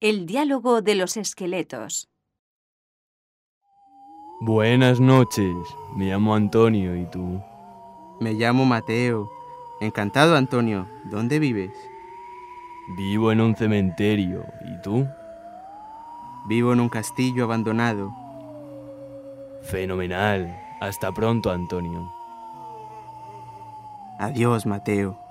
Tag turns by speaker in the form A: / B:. A: El diálogo de los esqueletos.
B: Buenas noches, me llamo Antonio y tú.
C: Me llamo Mateo. Encantado, Antonio. ¿Dónde vives?
B: Vivo en un cementerio y tú.
C: Vivo en un castillo abandonado.
B: Fenomenal. Hasta pronto, Antonio.
C: Adiós, Mateo.